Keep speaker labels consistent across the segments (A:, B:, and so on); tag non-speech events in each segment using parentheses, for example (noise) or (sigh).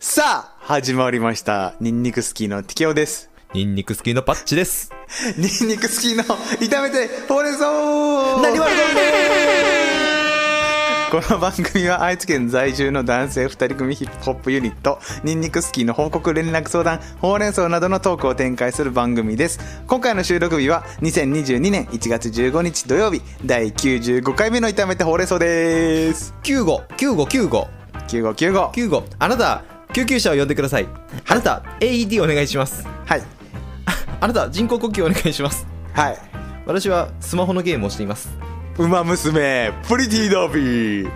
A: さあ、始まりました。ニンニクスキーのティケオです。 (laughs)
B: ニンニクスキーのパッチです。
A: ニンニクスキーの炒めてほうれん草何
B: わる
A: この番組は愛知県在住の男性2人組ヒップホップユニットニンニクスキーの報告連絡相談ほうれん草などのトークを展開する番組です今回の収録日は2022年1月15日土曜日第95回目の炒めてほうれん草です
B: 九五九五九五
A: 9595
B: 九五あなた救急車を呼んでください。あなた AED お願いします。
A: はい
B: あなた人工呼吸お願いします。
A: はい
B: 私はスマホのゲームをしています。
A: ウマ娘プリティドービー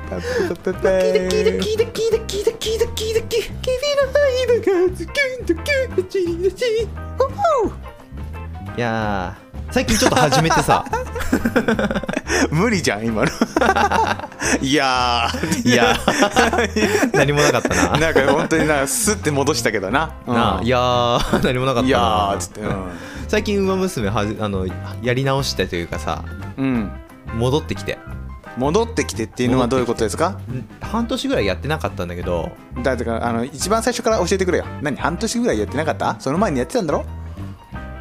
A: タタタタタ
B: 聞いて聞いて聞いて聞いて聞いて聞いて聞いて聞いて君の愛がズキュンとキュンとチリリチリいやー最近ちょっと始めて (laughs) さ
A: 無理じゃん今の (laughs) いやー
B: いやー何もなかったな
A: なんか本当になんかスッて戻したけどな。うん
B: なあいやー何もなかったない
A: やーっつって。うん
B: 最近「ウマ娘はじ」あのやり直してというかさ
A: うん。
B: 戻ってきて
A: 戻ってきてっていうのはどういうことですか
B: ん半年ぐらいやってなかったんだけど
A: だってかあの一番最初から教えてくれよ。何半年ぐらいやってなかったその前にやってたんだろ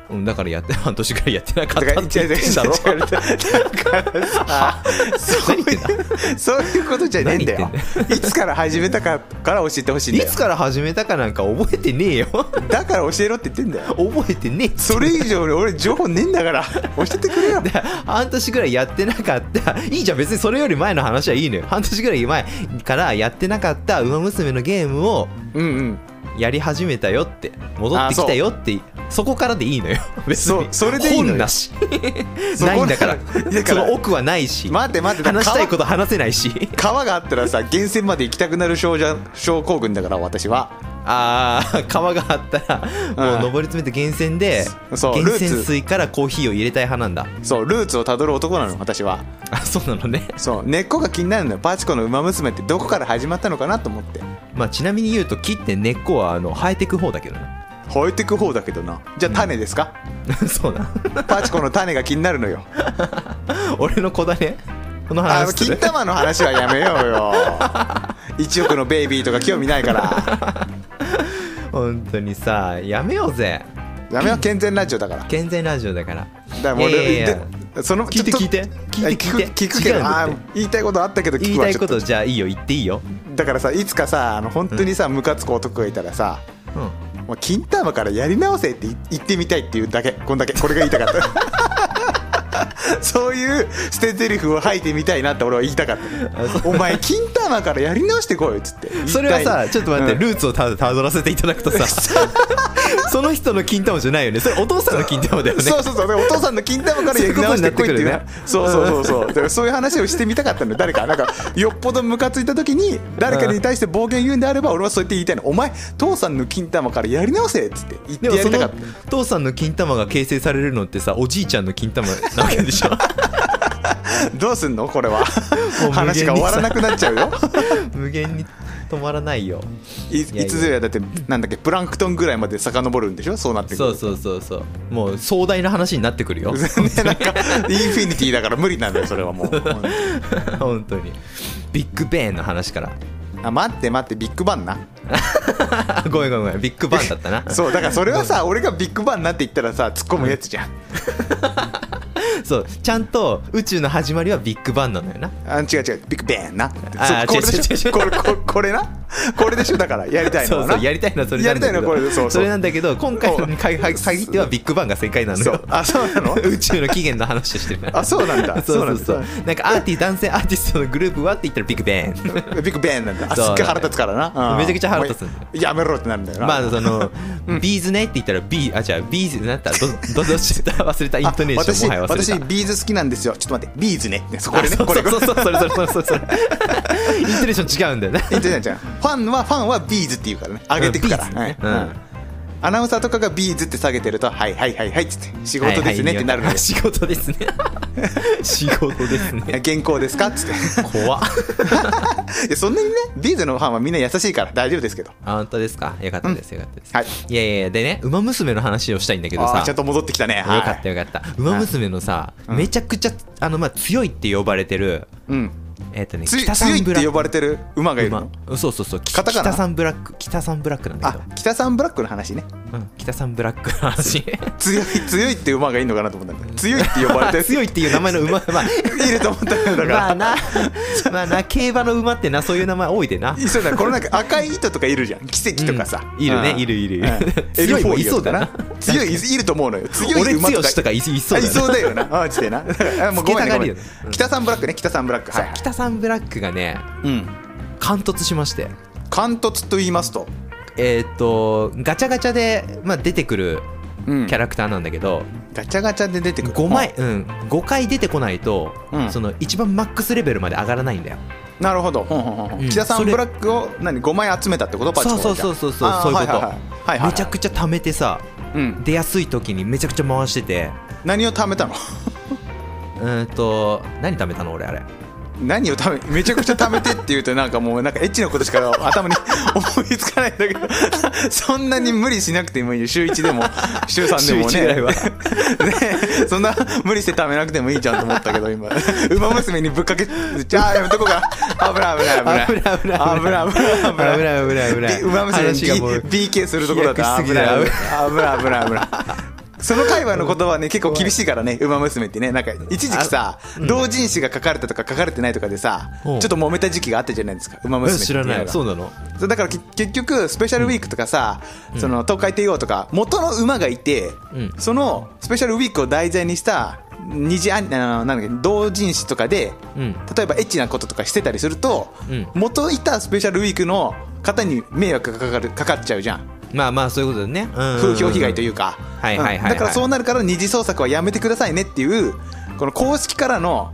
B: うんだからやって (laughs) 半年ぐらいやってなか
A: だ
B: っ
A: から
B: たって言ってんだ
A: (laughs)
B: ろ
A: 違う違う違うだからさそう
B: 何言ってんだ
A: いうそういうことじゃねえんだよ
B: 何言。
A: いつから始めたかから教えてほしいん
B: い
A: だよ
B: つ。から始めたかなんか覚えてねえよ (laughs)
A: だから教えろって言ってんだよ。
B: 覚えてねえっつ
A: それ以上俺俺情報ねえんだ (laughs) から教えてくれよ。
B: で半年ぐらいやってなかったいいじゃん別にそれより前の話はいいのよ半年ぐらい前からやってなかった「ウマ娘」のゲームを
A: うんうん。
B: やり始めたよって戻ってきたよってそこからでいいのよ別に
A: そうそれでいいのよ
B: 本なし
A: そこ
B: ないんだから
A: だか
B: そ
A: ら
B: の奥はないし
A: 待って待って
B: 話したいこと話せないし
A: 川があったらさ源泉まで行きたくなる症状症候群だから私は
B: ああ川があったら
A: うん
B: もう上り詰めて源泉で
A: そう
B: 源泉
A: ルーツ
B: 水からコーヒーを入れたい派なんだ
A: そうルーツをたどる男なの私は
B: あそうなのね、
A: そう根っこが気になるのよパチコの「ウマ娘」ってどこから始まったのかなと思って
B: まあ、ちなみに言うと木って根っこはあの生えてく方だけどな (laughs)
A: 生えてく方だけどなじゃあ種ですか、
B: そうだ
A: パチコの種が気になるのよ
B: 俺の子だねこの
A: あ
B: 話す
A: 金
B: る
A: 玉の (laughs) 話はやめよう (laughs) よ1億のベイビーとか興味ないから
B: 本当にさやめようぜ
A: やめよう健全ラジオだからだか
B: 健全ラジオだから
A: らもう
B: いやいやいや
A: でその
B: 聞いて
A: ちょっと
B: 聞いて聞いて聞いて
A: 聞く聞くけ
B: 違うん
A: ど
B: だ
A: あ
B: って
A: ー言いたいことあったけど聞
B: 言い
A: くわ
B: たい
A: ちょ
B: こ
A: っと
B: とじゃあいいよ言っていいよ、
A: だからさいつかさあの本当にさムカつく男がいたらさ、
B: うん、
A: もう金玉からやり直せってい言ってみたいっていうだけこんだけこれが言いたかった
B: (laughs)
A: そういう捨て台詞を吐いてみたいなって俺は言いたかったお前金玉からやり直してこいよっつって言いたい
B: それはさちょっと待って、ルーツをたたどらせていただく
A: (laughs)
B: とさその人の金玉じゃないよねそれお父さんの金玉だよ
A: (laughs)
B: ね
A: そうそうそうでお父さんの金玉からやり直してこいっていうね
B: そ
A: そう
B: いううことに
A: そうそうそ
B: なっ
A: うだからそういう話をしてみたかったのよ誰かなんかよっぽどムカついた時に誰かに対して暴言言うんであれば俺はそうやって言いたいのお前父さんの金玉からやり直せっつって言って
B: でも
A: や
B: そ
A: りたか
B: の
A: った
B: 父さんの金玉が形成されるのってさおじいちゃんの金玉なわけでしょ
A: どうすんのこれは
B: もう無限にさ
A: 話が終わらなくなっちゃうよ
B: (laughs) 無限に止まらないよ
A: いい
B: いや
A: つぞやだってなんだっけプランクトンぐらいまで遡るんでしょそうなってく
B: そう
A: る
B: そうそうそうもう壮大な話になってく
A: (laughs)
B: るよ
A: ねなんかインフィニティだから無理なんだよそれは
B: (laughs)
A: もう
B: 本当にビッグベンの話から (laughs)
A: あ待って待ってビッグバンな
B: ごめんごめんごめんビッグバンだったな
A: (laughs) そうだからそれはさ俺がビッグバンなんて言ったらさ突っ込むやつじゃん
B: そうちゃんと宇宙の始まりはビッグバンなのよな
A: あ違う違うビッグベンなそ
B: あ
A: うこれで
B: 違う違う
A: しょ
B: 違う
A: これここれなこれでしょだからやりたいの
B: (laughs) そ
A: は
B: う
A: な
B: そうやりたいのはそれな
A: やり
B: んだけど
A: たいのはこれでそうそう
B: れなんだけど今回に限ってはビッグバンが正解なの
A: そ
B: よ
A: うあそうなの
B: (laughs) 宇宙の起源の話してるから
A: あそうなんだ
B: (laughs) そうそう
A: そ
B: そう
A: なん
B: う
A: だ
B: なんかアーティ男性アーティストのグループはって言ったらビッグベ
A: (laughs)
B: ン
A: ビッグベンなんだあす
B: そう
A: っげえ腹立つからな、うん
B: めちゃくちゃ腹立つんだよ
A: もうやめろってなるんだよな
B: まあその、ビーズねって言ったらビーあじゃあビーズになったらどどどっちだった忘れたイントネーションもは
A: あ
B: い忘れ
A: 私
B: た
A: 私ビーズ好きなんですよちょっと待ってビーズねねそこでね
B: あそう
A: これこ
B: そ
A: れ
B: うそうそうそれそれそれそれそれイントネーション違うんだよね
A: 言ってないじゃんファンはファンはビーズって言うからね上げてくから、
B: うんビーズね
A: はい
B: うん
A: アナウンサーとかがビーズって下げてるとはいはいはいはいっつって (laughs) 仕事ですねってなるの
B: はいはいいいよ
A: よ
B: 仕事ですね
A: (laughs)
B: 仕事ですね
A: 原稿ですかっつって
B: 怖っ
A: いやそんなにねビーズのファンはみんな優しいから大丈夫ですけど
B: あ本当ですかよかったですよかったです、
A: はい
B: いやいやいやでね「ウマ娘」の話をしたいんだけど
A: あ
B: さ
A: ーちゃんと戻ってきたねはい
B: よかったよかった「ウマ娘」のさ、
A: ん
B: めちゃくちゃあの、まあ、強いって呼ばれてる、
A: うん
B: えっ、とね
A: つ
B: 北さ
A: 強い
B: んブ
A: っ
B: ラ
A: て
B: ッ
A: 呼
B: ク
A: ばれてる馬がいるの
B: 馬そうそうそうき
A: カタカナ
B: 北さんブラック北さんブラックなんだけ
A: あ
B: ど、
A: 北さんブラックの話ね
B: うん、北さんブラックの
A: (laughs)
B: 話
A: 強い強いって馬がいるのかなと思ったんだ強いって呼ばれてる
B: (laughs) 強いっていう名前の
A: (laughs)
B: 馬、まあ、
A: いると思ったんだ
B: (laughs)
A: から、
B: まあなまあな競馬の馬ってなそういう名前多いでな
A: そうだこの中赤い糸とかいるじゃん奇跡とかさ、
B: うんいるね
A: うん
B: いるいるいる
A: うん
B: (laughs) 強い
A: エルフォ
B: も
A: ーリオとか
B: いそうだな
A: 強いいると思うのよ強い
B: 俺
A: 馬
B: 強
A: とか
B: しとかいいそ
A: あ
B: う
A: い
B: だな
A: そうだよ
B: (laughs)
A: なあちでなだからあもうごめんねごめん
B: つけたがるよねうん
A: 北さんブラックね北さんブラックはい、
B: さ北さんブラックがね
A: うん
B: 貫突しまして
A: 貫突と言いますと
B: えっ、とガチャガチャで、まあ、出てくる
A: うん
B: キャラクターなんだけど、
A: ガチャガチャで出てくる
B: 5枚、うん、5回出てこないと、
A: うん
B: その一番マックスレベルまで上がらないんだよ
A: なるほど、ほんほんほんほん
B: うん
A: 北さ
B: そ
A: ん
B: れ
A: ブラックを何5枚集めたってことパチコン
B: そうそうそうそう
A: じゃあ
B: そうそういうこと
A: あーはいはいはいはいはいはい
B: めちゃくちゃ貯めてさ
A: うん、
B: 出やすい時にめちゃくちゃ回してて
A: 何を貯めたの (laughs)
B: うーんと何貯めたの俺あれ
A: 何を貯めめちゃくちゃ貯めてっていうとなんかもうなんかエッチなことしか頭に思いつかないんだけど (laughs) そんなに無理しなくてもいいよ週1でも
B: (laughs)
A: 週3でもね (laughs)
B: 週一ぐらいは
A: ねそんな無理して貯めなくてもいいじゃんと思ったけど
B: (laughs)
A: 今「ウマ娘」にぶっかけじゃあやめとこうか危ない危ない危ない
B: 危な
A: 危ない危
B: い
A: ない
B: 危ない危ない危ない
A: ビウマ娘に
B: 話がもう
A: B- BK するところだった
B: 飛躍しすぎ
A: 危
B: だ
A: ない
B: よ
A: 危ない危ない危ないその界隈の言葉はね結構厳しいからね「ウマ娘」ってねなんか一時期さ同人誌が書かれたとか書かれてないとかでさち
B: う
A: ょ
B: ん
A: っと揉めた時期があったじゃないですか「ウマ娘」って
B: 知
A: いう
B: ら
A: のが
B: ないそうなの
A: そうだからき結局スペシャルウィークとかさ、その東海帝王とか元の馬がいて、
B: うん
A: そのスペシャルウィークを題材にした二次アニあのなんだっけ同人誌とかで、
B: うん
A: 例えばエッチなこととかしてたりすると、
B: うん
A: 元いたスペシャルウィークの方に迷惑がかかるかかっちゃうじゃん
B: まあまあそういうことだね
A: 風評被害といううか、
B: はいはいはいはい
A: うんだからそうなるから二次創作はやめてくださいねっていうこの公式からの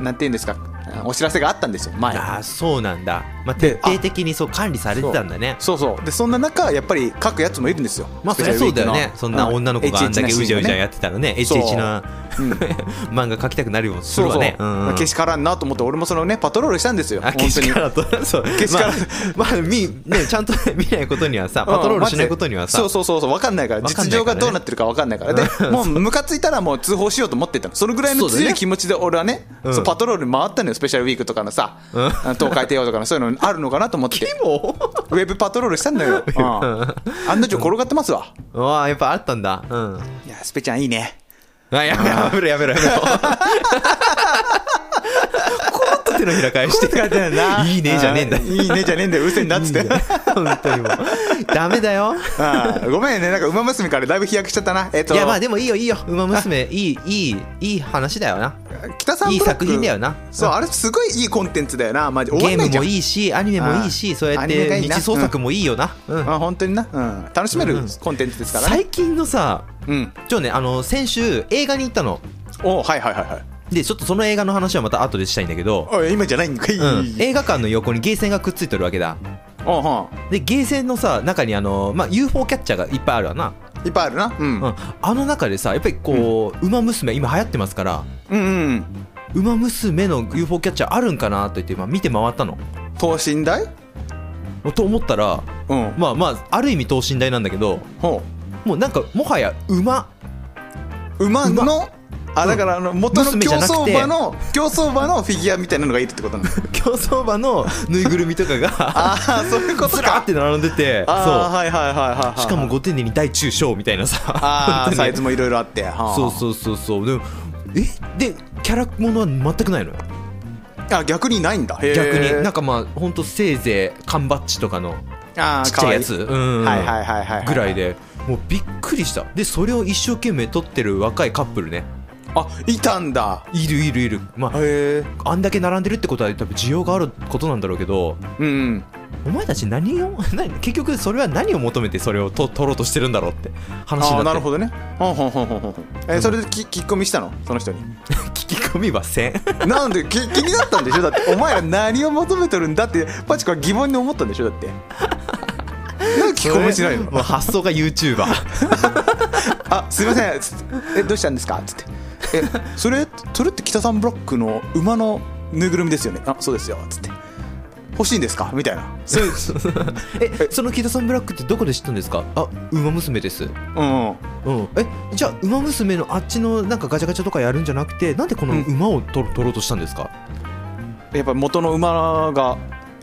A: なんていうんですかお知らせがあったんですよ前
B: ああそうなんだ、まあ、
A: で
B: 徹底的にそう管理されてたんだね
A: そうそうでそんな中やっぱり書くやつもいるんですよ
B: まあそりゃそうだよねそんな女の子があんだけうじゃうじゃや
A: っ
B: ってたらねエッ
A: そう
B: チエチな
A: うん
B: (laughs) 漫画描きたくなるようなす
A: そ
B: る
A: う
B: わ
A: そう、
B: ねん
A: まあ、けしからんなと思って俺もそのねパトロールしたんですよ本
B: あ
A: 当
B: け
A: に
B: しからんと (laughs) そう
A: けしからん
B: まあ、まあ、みねちゃんと見ないこと
A: (laughs)
B: にはさパトロールしないことにはさ、
A: うんマジでそうそうそうそう分かんないから
B: わかんないからね
A: 実情がどうなってるか分かんないからでもうムカついたらもう通報しようと思ってたのそのぐらいの
B: そうだ
A: 強い
B: ね
A: 気持ちで俺はね
B: うん
A: そうパトロール回ったのよスペシャルウィークとかのさ
B: うん
A: 東海帝王とかのそういうのあるのかなと思
B: (laughs)
A: って
B: でも
A: ウェブパトロールしたんだよ、うん、案の定転がってますわ
B: うわ (laughs) あやっぱあったんだうん
A: いやスペちゃんいいね
B: あやめろやめろ
A: (laughs)
B: やめろやめろコロッと手のひら返して (laughs) いいねじゃねえんだ
A: ういいねじゃねえんだようせんなっつって
B: 本当にもうダメだよ
A: ああごめんねなんか馬娘からだいぶ飛躍しちゃったなえっと
B: いやまあでもいいよいいよ「ウマ娘」いいいいいい話だよな
A: 北さん
B: いい
A: ブラック
B: 作品だよな
A: そう
B: うん
A: あれすごいいいコンテンツだよなマジ終わ
B: ゲ
A: ん
B: ー
A: な
B: ム
A: いじゃ
B: も
A: ん
B: いいしアニメもいい
A: あ
B: し
A: ー
B: そうやっ
A: アニメが
B: て
A: いい
B: 日
A: な
B: 創作もいいよな、うん
A: あ本当にな、うん、楽しめる
B: うん
A: コンテンツですからね
B: 最近のさ
A: うん
B: ちょねあの先週映画に行ったの
A: おはいはいはいはい
B: でちょっとその映画の話はまた後でしたいんだけど、
A: おい今じゃないんかい、う
B: うん、映画館の横にゲーセンがくっついてるわけだ
A: おうは
B: でゲーセンのさ中にあの、まあ、UFO キャッチャーがいっぱいあるわな、
A: んいっぱいあるなうん、
B: う
A: うん
B: ん、あの中でさやっぱりこう「ウマ娘」今流行ってますから
A: うんうん
B: 「ウマ娘」の UFO キャッチャーあるんかなと言って、まあ、見て回ったの
A: 等身大
B: と思ったら
A: うん
B: まあまあある意味等身大なんだけど
A: ほ
B: もうなんかもはや馬
A: う馬のあだからあの元の
B: 娘じ
A: 競
B: ゃなくて
A: 走馬の競走馬のフィギュアみたいなのがいるってことな
B: (laughs)
A: の
B: 競走馬のぬいぐるみとかが
A: ああそういう
B: (laughs)
A: こと
B: ずらー
A: か
B: って並んでて
A: ああ
B: そ
A: はいはいはいはいはいう
B: しかもご丁寧に大中小みたいなさ
A: ああ
B: 本当
A: サ
B: に
A: イズもいろいろあってはあ
B: そうそうそうそうでもえでキャラものは全くないのよ
A: あ逆にないんだへー
B: 逆になんかまあほんとせいぜい缶バッジとかの
A: あー
B: ちっちゃいやつ
A: かわ
B: うん
A: はいはいはいはいはい
B: ぐらいでもうびっくりしたでそれを一生懸命撮ってる若いカップルね
A: あいたんだ
B: いるいるいるまあ
A: へえ
B: あんだけ並んでるってことは多分需要があることなんだろうけど
A: うん
B: お前たち何を (laughs) 何結局それは何を求めてそれをと撮ろうとしてるんだろうって話
A: あ
B: にな
A: あ
B: って
A: なるほどねほんほんほんほんほんえそれでき聞き込みしたのその人に
B: 聞き込み
A: (laughs)
B: はせん
A: なんでき気になったんでしょだってお前ら何を求めてるんだってパチコは疑問に思ったんでしょだ
B: (laughs)
A: ってなんで聞き込みしないの
B: もう発想が
A: (laughs)
B: YouTuber
A: あすいませんつってえどうしたんですかつってえそれそれって北さんブロックの馬のぬいぐるみですよねあそうですよつって欲しいんですかみたいなそういう
B: (laughs) えそのキ田さんブラックってどこで知ったんですかあ馬娘ですう
A: うんうん
B: んえじゃあ馬娘のあっちのなんかガチャガチャとかやるんじゃなくてなんでこの馬を取ろ取ろうとしたんですか
A: やっぱり元の馬が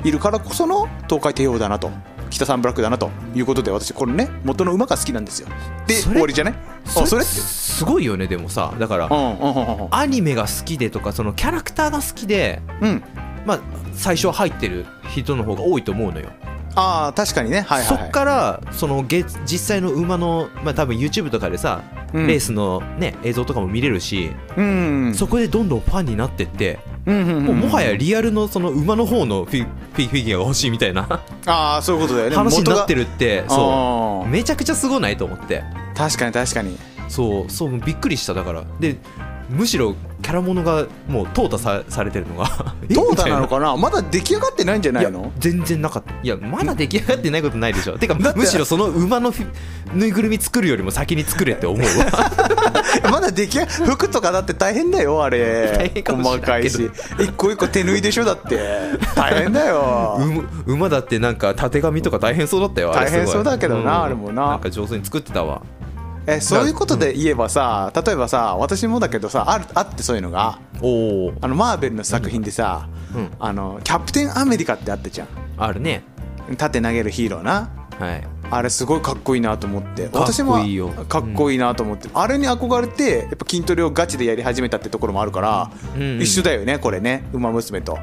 A: いるからこその東海帝王だなと北三ブラックだなということで私これね元の馬が好きなんですよで
B: それ
A: 終わりじゃないあそれって
B: すごいよねでもさだから、
A: うんうんうん
B: アニメが好きでとかそのキャラクターが好きで、
A: うんうん
B: まあ、最初入ってる人の方が多いと思うのよ、
A: ああ確かにねはいはい、はい、
B: そっからそのげ実際の馬の、まあ、多分 YouTube とかでさ、
A: うん
B: レースの、ね、映像とかも見れるし、
A: うん
B: そこでどんどんファンになってって、
A: うんうんうん
B: もうもはやリアルのその馬の方のフィフィフィギュアが欲しいみたいな
A: ああそういうことだよね
B: 話になって
A: る
B: るってそ
A: そう
B: めちゃくちゃすごないと思って
A: う確かに確かに
B: そうそうびっくりしただからでむしろキャラものがもう淘汰さされてるの
A: (laughs)
B: がえ
A: どう
B: み
A: だ
B: たい
A: な
B: (laughs)
A: のかなまだ出来上がってないんじゃない
B: いや
A: の
B: 全然なかったいやまだ出来上がってないことないで
A: (laughs)
B: しょてか
A: だって
B: むしろその馬のフィぬいぐるみ作るよりも先に作れって思う
A: (laughs)
B: わ
A: まだ出来上が服とかだって大変だよあれ
B: 大変かもし
A: 細
B: れ
A: か
B: ない
A: い
B: けど
A: し一個一個手縫いでしょだって大変だよ
B: う馬だってなんかたてがみとか大変そうだったよあれすごい
A: 大変そうだけどなあれもな
B: なんか上手に作ってたわ
A: えそういうことで言えばさ、例えばさ私もだけどさあるあってそういうのが
B: おお
A: あのマーベルの作品でさ、
B: うん
A: あのキャプテンアメリカってあったじゃ
B: あるね
A: ん縦投げるヒーローな
B: はい
A: あれすごいかっこいいなと思って
B: かっこいいよ
A: 私もかっこいいなと思って、あれに憧れてやっぱ筋トレをガチでやり始めたってところもあるから、
B: うんうん
A: 一緒だよねこれね「ウマ娘と」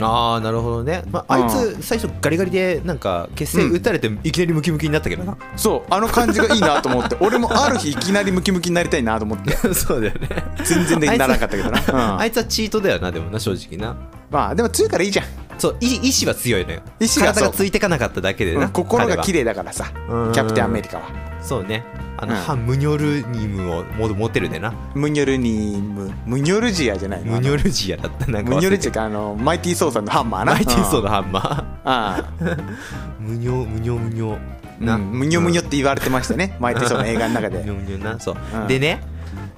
B: ああなるほどね、まあ、
A: うん
B: あいつ最初ガリガリでなんか血清打たれていきなりムキムキになったけどな、
A: そうあの感じがいいなと思って (laughs) 俺もある日いきなりムキムキになりたいなと思
B: (laughs)
A: って
B: そうだよね
A: 全然できならなかったけどな、うん
B: あいつはチートだよなでもな正直な
A: まあでも強いからいいじゃん、
B: そうい意志は強いのよ
A: 意志がそう
B: 体がついてかなかっただけで
A: う
B: な、
A: ん心
B: 彼
A: が
B: は
A: 綺麗だからさ
B: うん
A: キャプテンアメリカは。
B: そうねあの、
A: うん
B: 反ムニョルニムをも持ってるでな
A: ムニョルニームムニョルジアじゃないの
B: ムニョルジアだったな
A: あ
B: ん
A: の
B: か
A: ムニョルジア
B: ア
A: かあのマイティーソーさんのハンマーな
B: マイティーソー
A: だ
B: のハンマ
A: ああ
B: ームニョムニョムニョ
A: う
B: な、
A: んムニョムニョって言われてました
B: (laughs)
A: ねマイティーソーの映画の中
B: ムニ
A: で
B: ョムニョなそう、
A: うん
B: でね、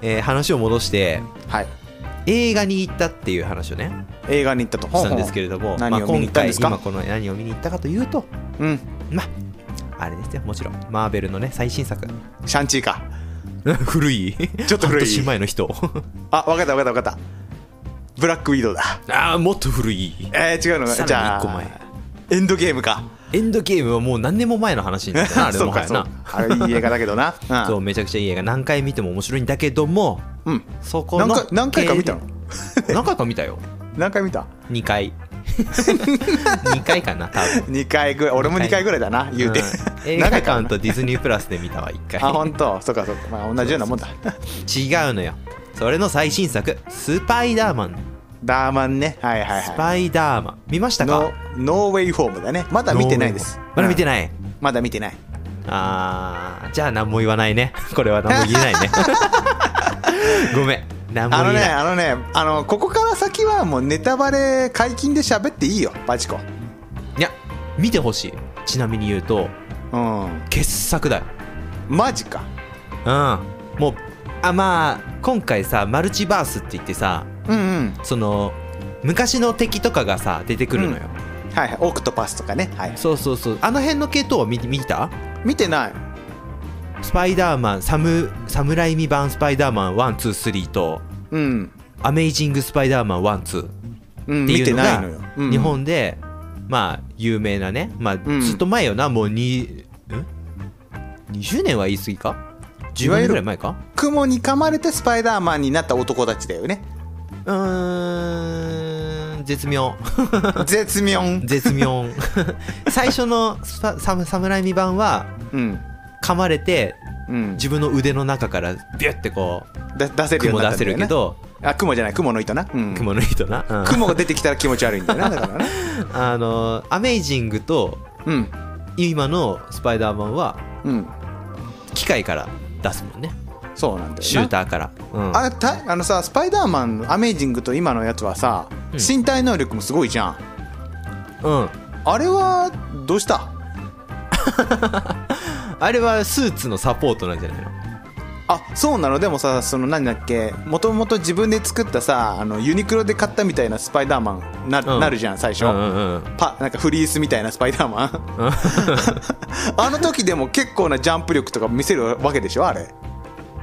B: えー話を戻して
A: はい
B: 映画に行ったっていう話をね
A: 映画に行ったと
B: したんですけ
A: れ
B: れども、
A: ほうほう
B: まあ、
A: 何を見に行
B: 今
A: ったん
B: 回
A: ですか
B: 今この何を見に行ったかというと
A: うん
B: まああれですよもちろんマーベルのね最新作 (laughs)
A: シャンチーか
B: 古い
A: ちょっと古い
B: 半年前
A: (laughs)
B: の人
A: あわかったわかったわかったブラックウィドウだ
B: ああもっと古い
A: えー、違うの
B: さ
A: か
B: らに
A: じゃ
B: 一個前
A: あエンドゲームか
B: エンドゲームはもう何年も前の話に
A: (laughs)
B: なったなあれ
A: そ
B: も
A: う
B: は
A: か
B: や
A: そう
B: な
A: かあれいい映画だけど (laughs) なうん
B: そうめちゃくちゃいい映画何回見ても面白いんだけども
A: うん
B: そこの
A: 何回何回か見たの
B: 何回か見たよ
A: 何回見た
B: 2回2回かな多分
A: 2回ぐらい俺も2回ぐらいだな言うて、
B: ん
A: (laughs)
B: 映画館とディズニープラスで見たわ1回
A: あ本当そうかそうかまあ同じようなもんだ
B: 違うのよそれの最新作「スパイダーマン」
A: ダーマンねはいはい
B: ス
A: はい
B: パイダーマン見ました
A: ノ
B: か
A: ーノーウェイホームだねまだ見てないです
B: まだ見て
A: ない、
B: ない、
A: うんまだ見てない
B: あーじゃあ何も言わないね (laughs) これは何も言えないね (laughs) ごめん何も
A: あの
B: 言え
A: ね
B: ない
A: あのねあのここから先はもうネタバレ解禁で喋っていいよバチコ
B: いや見てほしいちなみに言うと
A: うん
B: 傑作だよ
A: マジか
B: うんもうあまあ今回さマルチバースって言ってさ
A: うんうん
B: その昔の敵とかがさ出てくるの
A: はい
B: よ、
A: はいオクトパスとかねはい
B: そうそうそうあの辺の系統は見見た
A: 見てない
B: スパイダーマンサムサムライミ版スパイダーマン123と
A: うん、
B: アメイジングスパイダーマン12
A: うん、
B: って
A: 見
B: い
A: て
B: うの
A: ない
B: が
A: のよ、うん
B: 日本でまあ有名なねまあ
A: ん
B: ずっと前よなもうにん20年は言い過ぎか
A: いわ
B: 10
A: ゆ
B: 年
A: る
B: ぐらい前か
A: 雲に噛まれてスパイダーマンになった男たちだよ
B: (laughs)
A: ね
B: うーん絶妙
A: 絶妙
B: 絶
A: (laughs)
B: 妙最初のスパサムサムライミ版は
A: うん
B: 噛まれて
A: うん
B: 自分の腕の中からビュッてこう
A: だ出せるよう
B: 雲
A: にな
B: 出
A: ったんだ
B: せる
A: よ
B: け
A: ね
B: ど
A: あ雲じゃない雲の糸な、うん、
B: 雲の糸な、うん
A: 雲が出てきたら気持ち悪いんだよなだからね
B: あのアメイジングと
A: うん
B: 今のスパイダーマンは
A: うん
B: 機械から出すもんね
A: そうなんだよな
B: シューターから、うん
A: あたあのさスパイダーマンアメイジングと今のやつはさ、
B: うん
A: 身体能力もすごいじゃん
B: うん、
A: あれはどうした
B: あれはスーツのサポートなんじゃないの
A: あそうなのでもさその何だっけもともと自分で作ったさあのユニクロで買ったみたいなスパイダーマンな,、
B: うん
A: なるじゃん最初、
B: うんうんうん
A: パなんかフリースみたいなスパイダーマン
B: (laughs)
A: あの時でも結構なジャンプ力とか見せるわけでしょあれ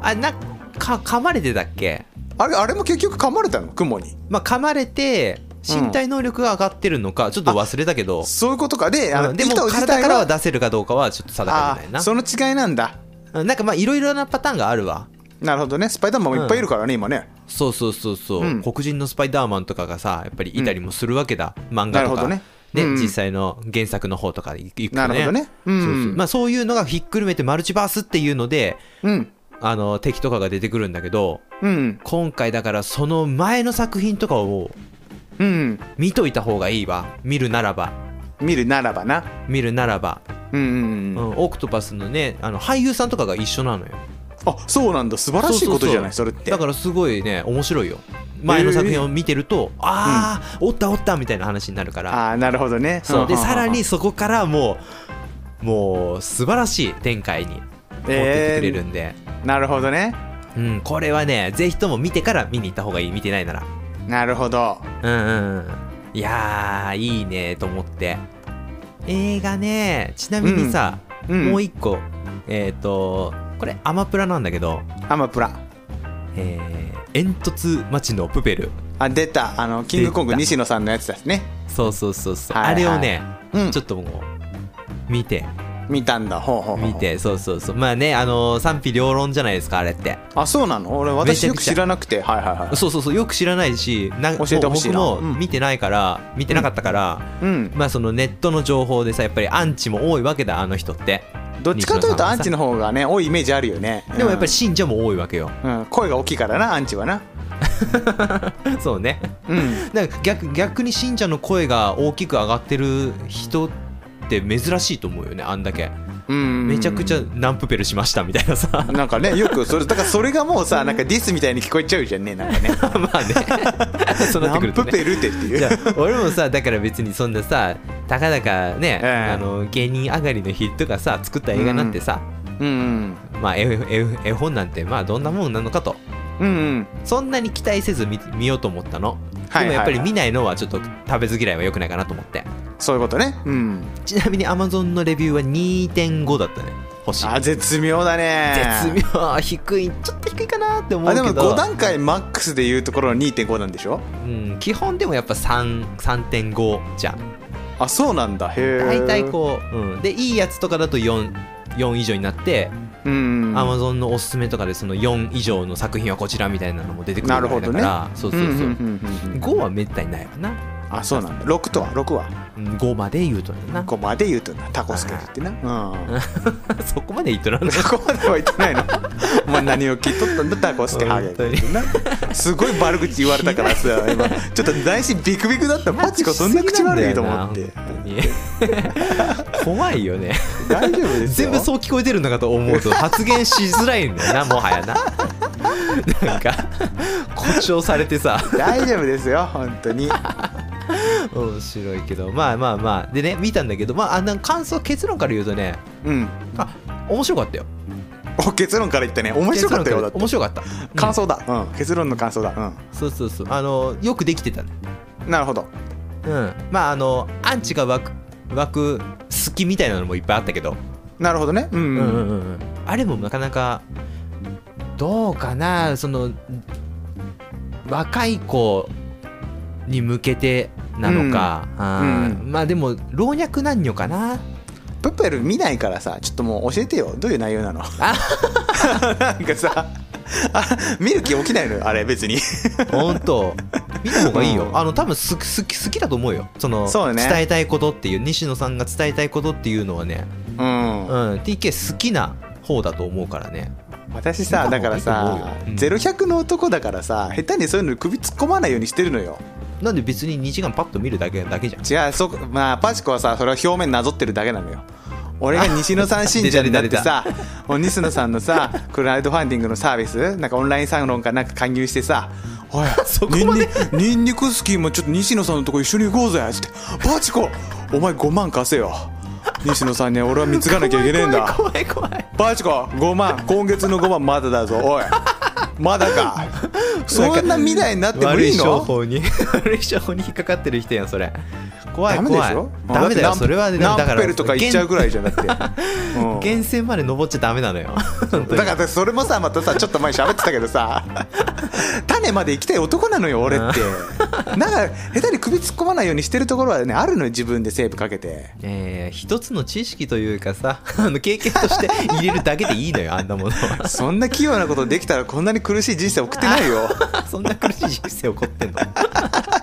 B: あなか噛まれてたっけ
A: あれあれも結局噛まれたの雲に
B: まあ噛まれて身体能力が上がってるのか、ちょっと忘れたけど、
A: そういうことかであの
B: うんでも
A: 糸自
B: 体
A: 体
B: からは
A: は
B: 出せるかどうかはちょっと定か
A: あ
B: じゃない
A: あ
B: な
A: その違いなんだ
B: うん。なんかまあいろいろなパターンがあるわ。
A: なるほどねスパイダーマンもいっぱいいるからね、今ね
B: そうそうそうそう、
A: うん
B: 黒人のスパイダーマンとかがさやっぱりいたりもするわけだ、漫画と
A: なるほ
B: か
A: どね
B: ね
A: うんうん
B: 実際の原作の方とかいくとね
A: なるほどねうん
B: そうそうまあ、そういうのがひっくるめてマルチバースっていうので
A: うん
B: あの敵とかが出てくるんだけど
A: うん
B: 今回だからその前の作品とかを
A: うん
B: 見といた方がいいわ見るならば
A: 見るならばな
B: 見るならば、
A: うんうん
B: うん
A: うん、
B: オクトパスのねあの俳優さんとかが一緒なのよ
A: あそうなんだ素晴らしいことじゃないそうれ
B: う
A: っ
B: う
A: て
B: だからすごいね面白いよ前の作品を見てると、ああ、おったおったみたいな話になるから
A: ああなるほどね
B: そうで
A: んんん
B: さらにそこからもうもう素晴らしい展開に持ってきてくれるんで、
A: なるほどね
B: うん、これはねぜひとも見てから見に行った方がいい見てないなら
A: なるほど
B: うんうんうんいやーいいねと思って映画ねちなみに
A: う
B: さ、
A: んうん
B: もう一個えっ、とこれアマプラなんだけど、
A: アマプラ
B: えー煙突町のプペル
A: あ出たあのキングコング
B: 出た
A: 西野さんのやつですね
B: そうそうそうそう、
A: はいはい
B: あれをね、
A: うん
B: ちょっともう見て
A: 見たんだほうほうほう
B: 見てそうそうそうまあねあのー賛否両論じゃないですかあれって
A: あそうなの俺
B: めち
A: 私
B: ゃ
A: よ
B: く
A: く
B: ちゃ
A: 知らなくてはいはいはい
B: そうそうそうよく知らないしな
A: 教えてほしいな
B: もう僕
A: う
B: も
A: ん
B: 見てないから、見てなかったから、
A: うん
B: まあそのネットの情報でさやっぱりアンチも多いわけだあの人って
A: どっちかというとアンチ
B: の
A: の方がね多いイメージあるよね
B: でもやっぱり
A: り、
B: 信者も多いわけよ
A: うん、声が大きいからなアンチはな
B: そうね
A: うん
B: だから逆逆に信者の声が大きく上がってる人って珍しいと思うよねあんだけ
A: うん
B: めちゃくちゃナンプペルしましたみたいなさ
A: なんかねよくそれだからそれがもうさなんかディスみたいに聞こえちゃうじゃんねなんかね
B: まあね (laughs) そうなっ
A: ナ
B: てくる
A: ン
B: と
A: プペ
B: ね
A: ルテってい
B: じゃ
A: う
B: あ俺もさだから別にそんなさたかだかね、
A: ええ
B: あの芸人上がりの日とかさ作った映画なんてさ、
A: うん
B: まあ絵絵絵本なんてまあどんなもんなのかと
A: うんうん
B: そんなに期待せず見見ようと思ったの、
A: はいはいはい
B: でもやっぱり見ないのはちょっと食べず嫌いは良くないかなと思って
A: そういうことねうん
B: ちなみに Amazon のレビューは2.5だったね星
A: あ絶妙だね
B: 絶妙低いちょっと低いかなって思う
A: あ
B: け
A: で
B: ど
A: も5段階マックスでいうところの2.5なんでしょ
B: うん、基本でもやっぱ3 3.5じゃん
A: あそうなんだへえ
B: 大体こう、うん、でいいやつとかだと 4, 4以上になって、
A: ううん
B: アマゾンのおすすめとかでその4以上の作品はこちらみたいなのも出てくる
A: なる
B: ぐら
A: ほ
B: いだ
A: ど
B: か
A: ね
B: ら、そうそうそう、
A: んんんうん
B: 5はめったにないわな、
A: あそうなんだ6とは6は
B: うん、5まで言うとねな
A: 5まで言うとなタコスケルってなうん
B: (laughs) そこまで言っとらんの
A: そこまでは言ってないの (laughs) お前何を聞いとったんだタコスケハゲってなすごい悪口言われたからさ今ちょっと内心ビクビクだ (laughs) ったパチコそんな口悪いと思って
B: 本当に怖いよね
A: 大丈夫です
B: 全
A: よ
B: 部そう聞こえてるのかと思う
A: (laughs)
B: と発言しづらいんだよなもはやななんか誇張されてさ
A: 大丈夫ですよ本当に
B: 面白いけどまあまあまあでね見たんだけどまああの感想結論から言うとね
A: うん
B: あ面白かったよ
A: お結論から言ったね面白かったよだって
B: 面白かった
A: 感想だ、うん、結論の感想だ、
B: うんそうそうそうあのよくできてたね
A: うん、なるほど
B: うんまああのアンチが湧く湧く好きみたいなのもいっぱいあったけど
A: なるほどねうん、うん
B: うんうんあれもなかなかどうかなその若い子に向けてなのか、あーまあでも老若男女かな
A: プペル見ないからさちょっともう教えてよどういう内容なの (laughs) なんかさあ見る気起きないのよあれ別に
B: 本当見た方がいいよ、
A: うん
B: あの多分す好き好きだと思うよその
A: そうだね
B: 伝えたいことっていう西野さんが伝えたいことっていうのはね、
A: うん
B: うん、TK 好きな方だと思うからね
A: 私さだから
B: 見た方がいいと
A: さ
B: 思うようん
A: ゼロ百の男だからさ下手にそういうの首突っ込まないようにしてるのよ
B: なんで別に2時間パッと見るだけだけじゃん
A: 違うそまあパチコはさそれを表面なぞってるだけなのよ俺が西野さん信者になってさお西野さんのさクラウドファンディングのサービスなんかオンラインサロンかなんか勧誘してさ「おい
B: (laughs) そこまで
A: ニンニニンニクスキーもちょっと西野さんのとこ一緒に行こうぜ」っつって「パチコお前5万貸せよ西野さんには俺は貢がなきゃいけねえんだ」
B: 怖い怖い怖い
A: バチコ5万今月の5万まだだぞおいまだかそんな未来になっても
B: 悪
A: い
B: い
A: い
B: 商
A: の
B: 法に (laughs) 悪い商法に引っかかってる人やんそれ怖い
A: ダメ
B: 怖
A: でし
B: い
A: ょ
B: ダメだ
A: っ
B: よ
A: て
B: それはね
A: ナンナ
B: だ
A: ン
B: から
A: ペルとか言っちゃうぐらいじゃ
B: (laughs)
A: なくて、うん
B: 源泉まで登っちゃダメなのよ本当に
A: だからそれもさまたさちょっと前に喋ってたけどさ種歳まで生きたい男なのよ俺ってなんか下手に首突っ込まないようにしてるところはねあるのよ自分でセーブかけて
B: えー、一つの知識というかさ (laughs) あの経験として入れるだけでいいのよあんなものは (laughs)
A: そんな器用なことできたらこんなに苦しい人生送ってない
B: (laughs)
A: よ
B: そんな苦しい人生起こってんの (laughs)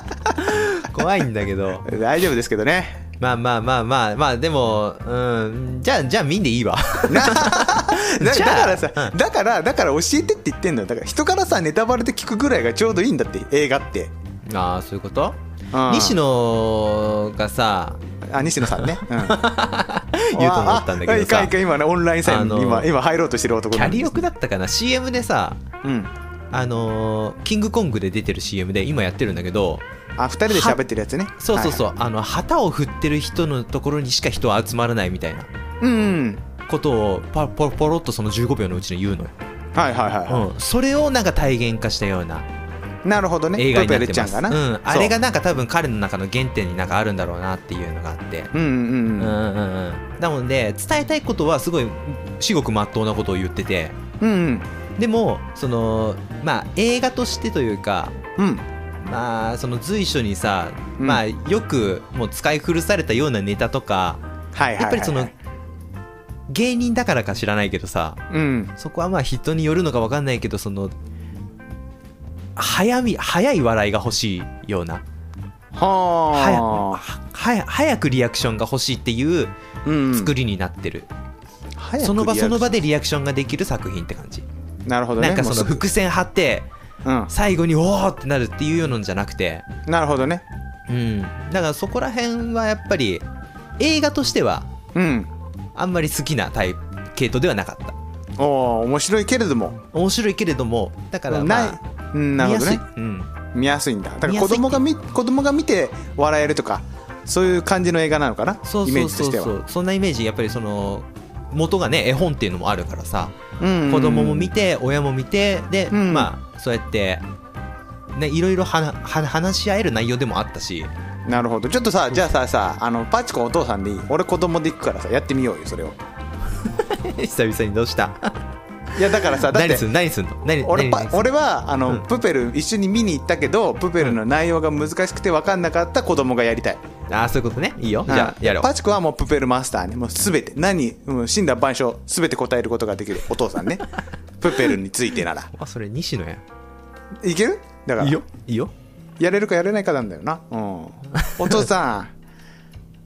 B: 怖いんだけど
A: 大丈夫ですけどね
B: まあまあまあまあまあでもうんじゃあじゃあ見んでいいわ
A: なだ
B: じ
A: だ
B: ゃあ
A: からさだからだから教えてって言ってんのよだから人からさネタバレで聞くぐらいがちょうどいいんだって映画って、
B: (laughs) ああそういうこと
A: うん
B: 西野がさ
A: あ西野さんね、
B: (laughs)
A: うん、
B: 言うと思ったんだけど
A: ああいかん
B: さ
A: いかん今ねオンラインサイン
B: あの
A: 今今入ろうとしてる男
B: キ
A: な
B: ャ
A: んです
B: リオクだったかな CM でさ
A: うん
B: あのーキングコングで出てる CM で今やってるんだけど
A: あ二人で喋ってるやつね
B: そうそうそう、あの旗を振ってる人のところにしか人は集まらないみたいな
A: はいはいうん
B: ことをパポロポロっとその15秒のうちに言うの
A: はいはいはい、
B: よ、うん、それをなんか体現化したような
A: なるほどね
B: 映画になっ
A: ペペ
B: て
A: レちゃ
B: ま
A: ん
B: す、
A: がな、
B: うん、あれ
A: そ
B: がなんか多分彼の中の原点になんかあるんだろうなっていうのがあって
A: ううんうん
B: うん
A: う
B: うんんうんなので伝えたいことはすごい至極まっとうなことを言ってて
A: うん
B: でもそのまあ映画としてというか
A: うん
B: まあその随所にさ、
A: うん
B: まあよくもう使い古されたようなネタとか
A: はいはいはいはい
B: やっぱりその芸人だからか知らないけどさ
A: うん
B: そこはまあ人によるのか分かんないけどその早み早い笑いが欲しいような早
A: は
B: は早早くリアクションが欲しいっていう
A: あ、うん、
B: 作りになってる、
A: 早く
B: その場
A: リアクシ
B: そ
A: ョ
B: の
A: ン
B: 場でリアクションができる作品って感じ、
A: なるほどね
B: なんかその
A: もうす
B: 伏線張って
A: ぐうん
B: 最後におおってなるっていうのじゃなくて
A: なるほどね
B: うんだからそこら辺はやっぱり映画としては
A: うん
B: あんまり好きなタイプ系統ではなかった
A: おお面白いけれども
B: 面白いけれどもだから
A: な
B: ま
A: い
B: あ、
A: うん、なるほどね
B: 見やすいうん
A: 見やすいんだだから
B: 見やす
A: 子
B: い
A: 供が見子供が見て笑えるとかそういう感じの映画なのかな
B: そう
A: イメ
B: そ
A: ージとし
B: うそう
A: ては
B: そうそんなイメージやっぱりその元がね絵本っていうのもあるからさ
A: うん
B: 子供も見て親も見てで、
A: うん
B: まあそうやって、ね、いろいろはなは話し合える内容でもあったし (laughs)
A: なるほどちょっとさじゃあささあのパチコお父さんでいい俺子供で行くからさやってみようよそれを
B: 久々にどうした
A: いやだからさだっ
B: 何
A: て
B: すんの何すんの何
A: 俺
B: 何
A: パ
B: 何すんの
A: 俺はあの、
B: うん
A: プペル一緒に見に行ったけどプペルの内容が難しくて分かんなかった子供がやりたい、
B: ああそういうことねいいよじゃ
A: う
B: あ
A: ん
B: やろう
A: パチコはもうプペルマスターねもうすべて何もう死んだ万象すべて答えることができるお父さん
B: (laughs)
A: ねプペルについてなら
B: あそれ西野や
A: いけるだから
B: いいよ
A: やれるかやれないかなんだよな、うん、お父さ
B: (laughs)
A: ん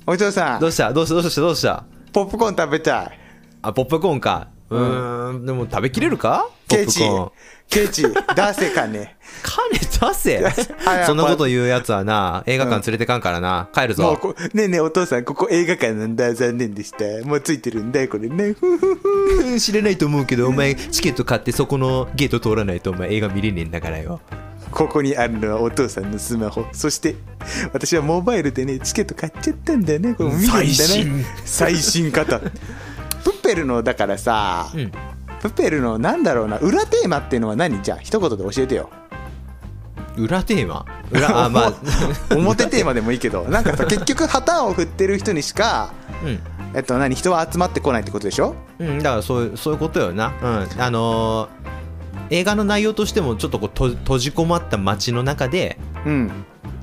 A: お父さ
B: ど
A: ん
B: うしたどうしたどうしたどうした
A: ポップコーン食べたい
B: あポップコーンかうーんでも食べきれるかポ
A: ケ
B: ップ
A: チ
B: コーン
A: ケチ出せか
B: (laughs)
A: ね
B: 金出せ
A: 早く
B: そんなこと言うやつはな映画館連れてかんからな帰る
A: もう
B: ぞ
A: こねえねえお父さんここ映画館なんだ残念でしたもうついてるんだよこれねふふふ
B: うん知れないと思うけどお前チケット買ってそこのゲート通らないとお前映画見れねえんだからよ
A: ここにあるのはお父さんのスマホそして私はモバイルでねチケット買っちゃったんだよねこれ見るんだね
B: 最新
A: 最新型プッペルのだからさ、
B: うん
A: プッペルのなんだろうな裏テーマっていうのは何じゃあ一言で教えてよ
B: 裏テーマ裏あまあ
A: 表テーマでもいいけ
B: (laughs)
A: どなんかさ結局旗を振ってる人にしかえっと何人は集まってこないってことでしょ
B: うん、うん、だからそういうそういうことよなうんあのー映画の内容としてもちょっとこうと閉じこまった街の中で
A: うん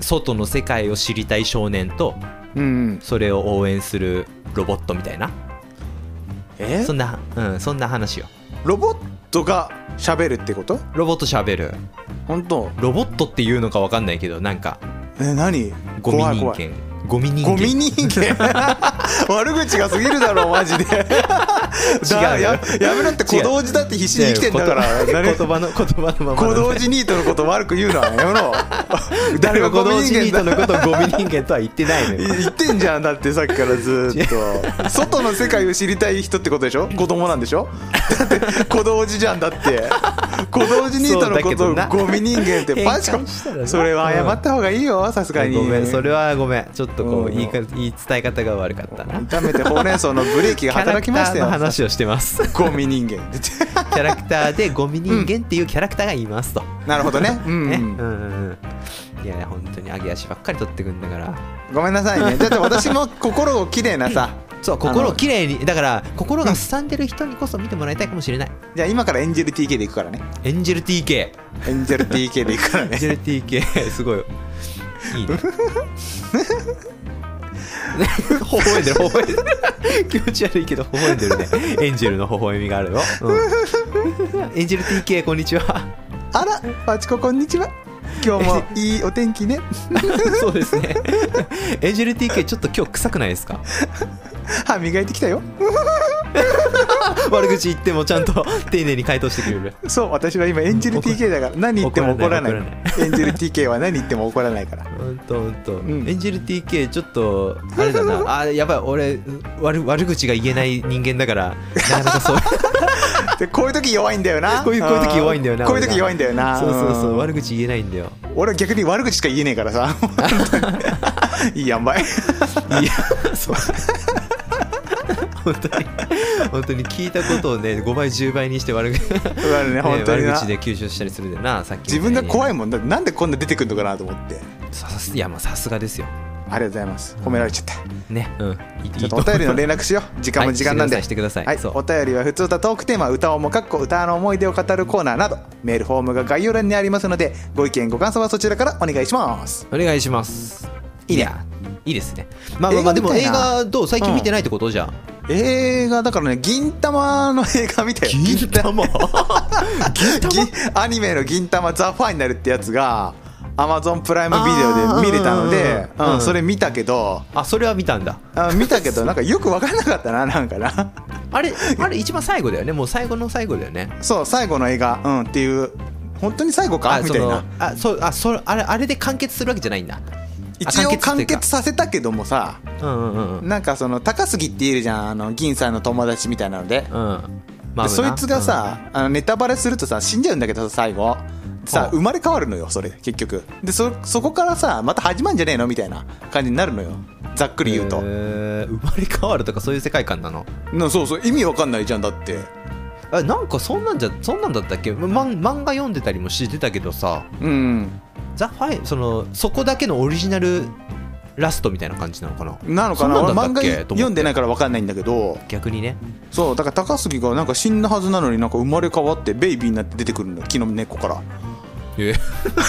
B: 外の世界を知りたい少年と
A: うんうん
B: それを応援するロボットみたいな
A: え
B: そんな、うん、そんな話よ
A: ロボットが喋るってこと
B: ロボット喋る
A: 本当
B: ロボットっていうのかわかんないけどなんか
A: え何
B: ゴミ
A: 怖い
B: 人
A: 怖い
B: 間ゴミ人間
A: ゴミ人
B: (laughs)
A: 間悪口が過ぎるだろマジでだ
B: 違う
A: ややめろって小道寺だって必死に生きてんだから
B: 言葉
A: 誰
B: 言葉の言葉のまま
A: 小
B: なん
A: 道
B: で
A: 寺ニートのこと悪く言うのはやめろ
B: (laughs) 誰も小道寺ニートの
A: だ
B: ことをゴミ人間とは言ってないの (laughs) よ
A: 言ってんじゃんだってさっきからずーっと外の世界を知りたい人ってことでしょ子供なんでしょだって小道寺じゃんだって小道寺ニートのこ
B: そうだけ
A: と
B: ど
A: をゴミ人間って
B: 変
A: パチ
B: 換
A: コ
B: したらな
A: それは謝った方がいいよさすがに
B: ごめんそれはごめんちょっとこ
A: う
B: うん言いか言い伝え方が悪かったな
A: 炒めてほうれん草のブレーキ
B: キ
A: が
B: ャラ
A: 働
B: ク
A: き
B: タ
A: ました
B: ー
A: よ
B: の話をしてます (laughs)
A: ゴミ人間
B: キャラクターでゴミ人間っていうキャラクターがいますと
A: なるほどね,、うん
B: ねうんうんうんいや本当に揚げ足ばっかり取ってくんだから
A: ごめんなさいねだって私も心をきれいなさ
B: そう心をきれいにだから心がすさんでる人にこそ見てもらいたいかもしれない
A: じゃあ今からエンジェル TK でいくからね
B: エンジェル TK エ
A: エンジェル TK でいくから
B: ン
A: ね
B: ジェル TK (laughs) すごいいいね (laughs) 微笑んでる微笑んでる (laughs) 気持ち悪いけど微笑んでるねエンジェルの微笑みがあるよ、うん (laughs) エンジェル TK こんにちは
A: (laughs) あらパチコこんにちは今日もいいお天気ね
B: (laughs) そうですねエンジェル TK ちょっと今日臭くないですか
A: 歯磨いてきたよ
B: (laughs) 悪口言ってもちゃんと丁寧に回答してくれる
A: そう私は今エンジェル TK だ
B: (laughs)
A: から何言っても怒らない
B: 怒らない
A: エンジェル TK は何言っても怒らない
B: (laughs)
A: から
B: ほんとほんと、
A: ん
B: エンジェル TK ちょっとあれだ (laughs) なあやばい俺悪悪口が言えない人間だからなかなかそう
A: でこういう時弱いんだよな
B: こういうこういう時弱いんだよな
A: こういう時弱いんだよな
B: そうそうそううん悪口言えないんだよ
A: 俺は逆に悪口しか言えねえから
B: (laughs)
A: さ本当にいいやん (laughs) ばい
B: いやそう本当に本当に聞いたことをね5倍10倍にして悪口
A: ね本当に
B: (laughs) 悪
A: な
B: 口で吸収したりするんだよなさっき
A: 自分が怖い
B: ん
A: もんだってなんでこんな出てくるのかなと思って
B: さすいやまあさすがですよ
A: ありがとうございます褒められちゃった
B: ねうんいい
A: ちょっとお便りの連
B: 絡
A: 絡しよう時間も時間なんで、
B: してくださいしてください、
A: はい、
B: そう
A: お便りは普通歌トークテーマ歌おもかっこ歌の思い出を語るコーナーなどメールフォームが概要欄にありますのでご意見ご感想はそちらからお願いします
B: お願いします
A: いいね
B: やいいですねまあ
A: 映画
B: まあまあでも
A: みたい
B: 映
A: な
B: 画どう最近見てないってこと、じゃあ
A: 映画だからね銀玉の映画みたい
B: 銀玉 (laughs) 銀玉
A: 銀アニメの「銀玉ザ・ファイナル」ってやつがアマゾンプライムビデオで見れたので
B: あーうんうんう
A: う
B: ん
A: んそれ見たけど
B: あそれは見たんだ
A: あ見たけどなんかよく分かんなかったななんかな (laughs)
B: あれあれ一番最後だよねもう最後の最後だよね
A: そう最後の映画、うん、っていう本当に最後か
B: あ
A: み
B: そ
A: たい
B: の
A: な
B: あそうあそあれあれで完結するわけじゃないんだ
A: 一
B: あ
A: 応
B: 完結ってい
A: 完
B: うか
A: 結させたけどもさ
B: うんうんうんうん
A: なんかその高杉っているじゃんあの銀さんの友達みたいなので,で、
B: まあ
A: そいつが、さ、あのネタバレするとさ死んじゃうんだけどさ最後さ
B: ほう
A: 生まれ変わるのよそれ結局でそそこからさまた始まんじゃねえのみたいな感じになるのよざっく
B: うん
A: り言うと、
B: へー生まれ変わるとかそういう世界観なの
A: なそうそう意味わかんないじゃんだって
B: あなんかそんなんじゃそんなんだったっけ、ま、漫画読んでたりもしてたけどさ
A: うん
B: ザ・ファイそのそこだけのオリジナルラストみたいな感じなのかな
A: なのかな
B: そん
A: 俺
B: んだ
A: 漫
B: っ
A: 画
B: たっけと思って
A: 読んでないからわかんないんだけど
B: 逆にね
A: そうだから高杉がなんか死んだはずなのになんか生まれ変わってベイビーになって出てくるんだよ木の猫から
B: え (laughs)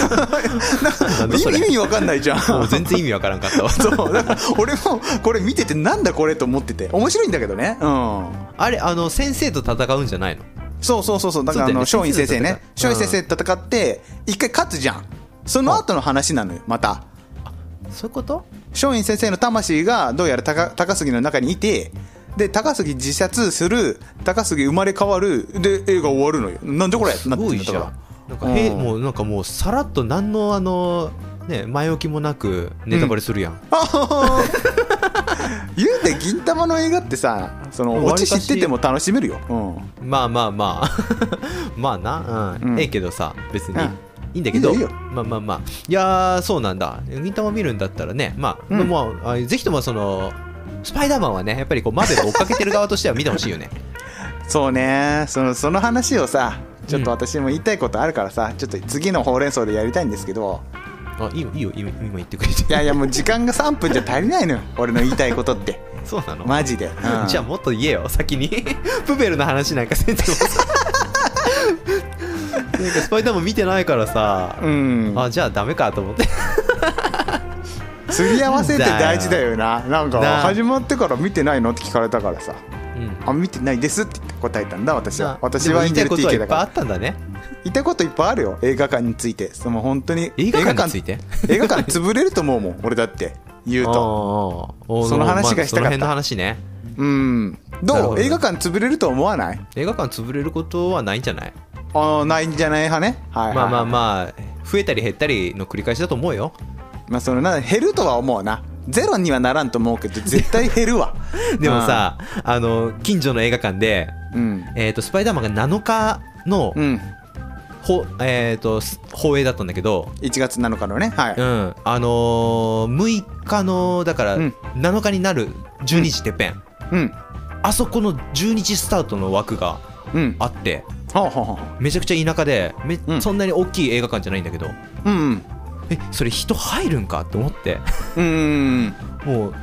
A: 意
B: なんだそれ
A: 味意味わかんないじゃん
B: もう全然意味わからんかった
A: (laughs)
B: わ
A: そうだから俺もこれ見ててなんだこれと思ってて面白いんだけどねうん
B: あれあの先生と戦うんじゃないの
A: そうそうそうそうだからあの松
B: そうだ
A: 陰
B: よね
A: 先生ね松
B: 先
A: 陰
B: 生と戦う
A: 先生と戦って一回勝つじゃんその後の話なのよまた
B: そういうこと
A: 松陰先生の魂がどうやら高高杉の中にいてで高杉自殺する高杉生まれ変わるで映画終わるのよなんでこれって
B: す
A: なって
B: ご
A: ん
B: い
A: だ
B: じ
A: か
B: ゃ
A: ら
B: んなんかへ
A: うん
B: もうなんかもうさらっと何のあのね前置きもなくネタバレするやん、
A: あはは言うて銀玉の映画ってさそのオチ知ってても楽しめるよ、うん、
B: まあまあまあ (laughs) まあな、うん
A: うん
B: ええけどさ別に、
A: うん
B: いいんだけど
A: いいよいいよ
B: まあまあまあいやーそうなんだ銀魂見るんだったらねまあ、
A: うん
B: まああぜひともそのスパイダーマンはねやっぱりこうマーベルを追っかけてる側としては見てほしいよね
A: そうねそのその話をさちょっと私も言いたいことあるからさ、ちょっと次のほうれん草でやりたいんですけど
B: あいいよいいよ今今言ってくれて
A: いやいやもう時間が3分じゃ足りないのよ俺の言いたいことって
B: (laughs) そうなの、
A: マジで、うん
B: じゃあもっと言えよ先に (laughs) プベルの話なんかせんでもさ (laughs) なんかスパイダーマン見てないからさ、
A: うん
B: あじゃあダメかと思って
A: すり合わせって大事だよななんか
B: な
A: 始まってから見てないのって聞かれたからさ
B: うん
A: あ見てないですって言って答えたんだ私
B: ま
A: は
B: あ
A: 私は
B: でも言いたいことは
A: NLTK
B: いっ
A: だ
B: ぱい
A: か
B: あ
A: ら
B: ったんだね
A: 言いたいこといっぱいあるよ映画館についてその本当に
B: 映画館について
A: (laughs) 映画館映画館潰れると思うもん俺だって言うと
B: ああおー
A: その話がしたかった
B: その辺の話ね
A: うん
B: なる
A: ど
B: ほ
A: う
B: ど
A: 映画館潰れると思わない
B: 映画館潰れることはないんじゃない
A: ああないんじゃない派ねはいはい
B: まあまあまあ増えたり減ったりの繰り返しだと思うよ
A: まあそのな減るとは思うなゼロにはならんと思うけど絶対減るわ
B: (laughs) でもさあの近所の映画館で、
A: うん
B: えー、とスパイダーマンが7日の、
A: うん
B: ほえー、とす放映だったんだけど、
A: 1月7日のねはい、
B: うんあのー、6日のだから
A: うん
B: 7日になる12時てっぺん、
A: うん
B: あそこの12時スタートの枠が
A: うん
B: あって
A: ほうほうほう
B: めちゃくちゃ田舎でめ、
A: うん
B: そんなに大きい映画館じゃないんだけど
A: うん
B: えそれ人入るんかって思って
A: うんうん
B: もう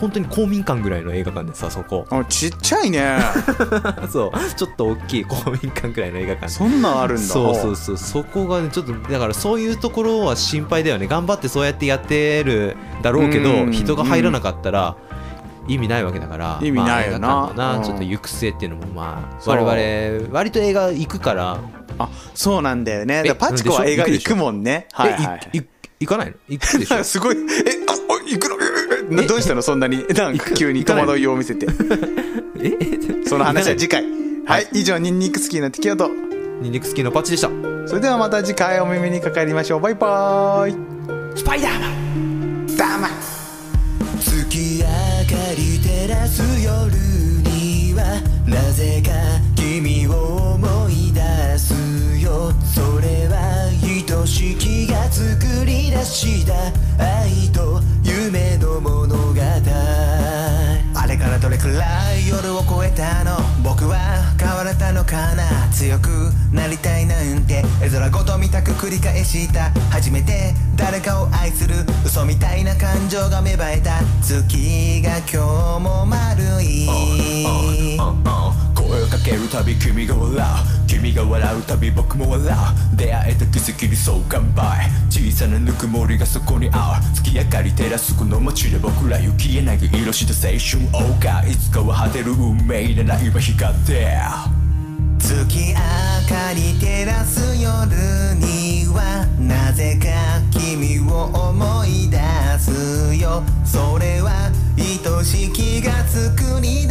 B: 本当に公民館ぐらいの映画館でさそこ (laughs)
A: あちっちゃいね
B: そうちょっと大きい公民館ぐらいの映画館
A: そんなんあるんだ
B: そうそうそうそこがねちょっとだからそういうところは心配だよね頑張ってそうやってやってるだろうけ
A: う
B: ど
A: ん
B: 人が入らなかったら意味ないわけだから
A: 意味ないよな
B: まあ映画館の
A: うん
B: ちょっと行く末っていうのもまあ
A: そう
B: 我々割と映画行くから
A: あそうなんだよね
B: え
A: だからパチコは映画
B: で
A: 行
B: しょ
A: くもんねはいはいはい
B: えいい行かないの行く
A: (laughs)
B: でしょ
A: すごいえあお行くのええな
B: え
A: どうしたのそんな
B: (laughs)
A: になんか急に戸惑いを見せて
B: え (laughs)
A: その話は次回は
B: はい
A: い以上ニンニクスキーの適応と
B: ニンニク好きのパッチでした
A: それではまた次回お耳にかかりましょうバイバーイ
B: スパイダーマン
A: ダマ
C: 月明かり照らす夜にはなぜか君を思い出すよそれは愛しきが作り出した愛と夢の物語あれからどれくらい夜を越えたの僕は変われたのかな強くなりたいなんて絵空ごとみたく繰り返した初めて誰かを愛する嘘みたいな感情が芽生えた月が今日も丸い声をかけるたび君が笑う君が笑うたび僕も笑う出会えた奇跡にそう乾杯小さなぬくもりがそこにある月明かり照らすこの街で僕らよ消えない色した青春謳歌いつかは果てる運命なら今光って月明かり照らす夜にはなぜか君を思い出すよそれは愛しきが作り出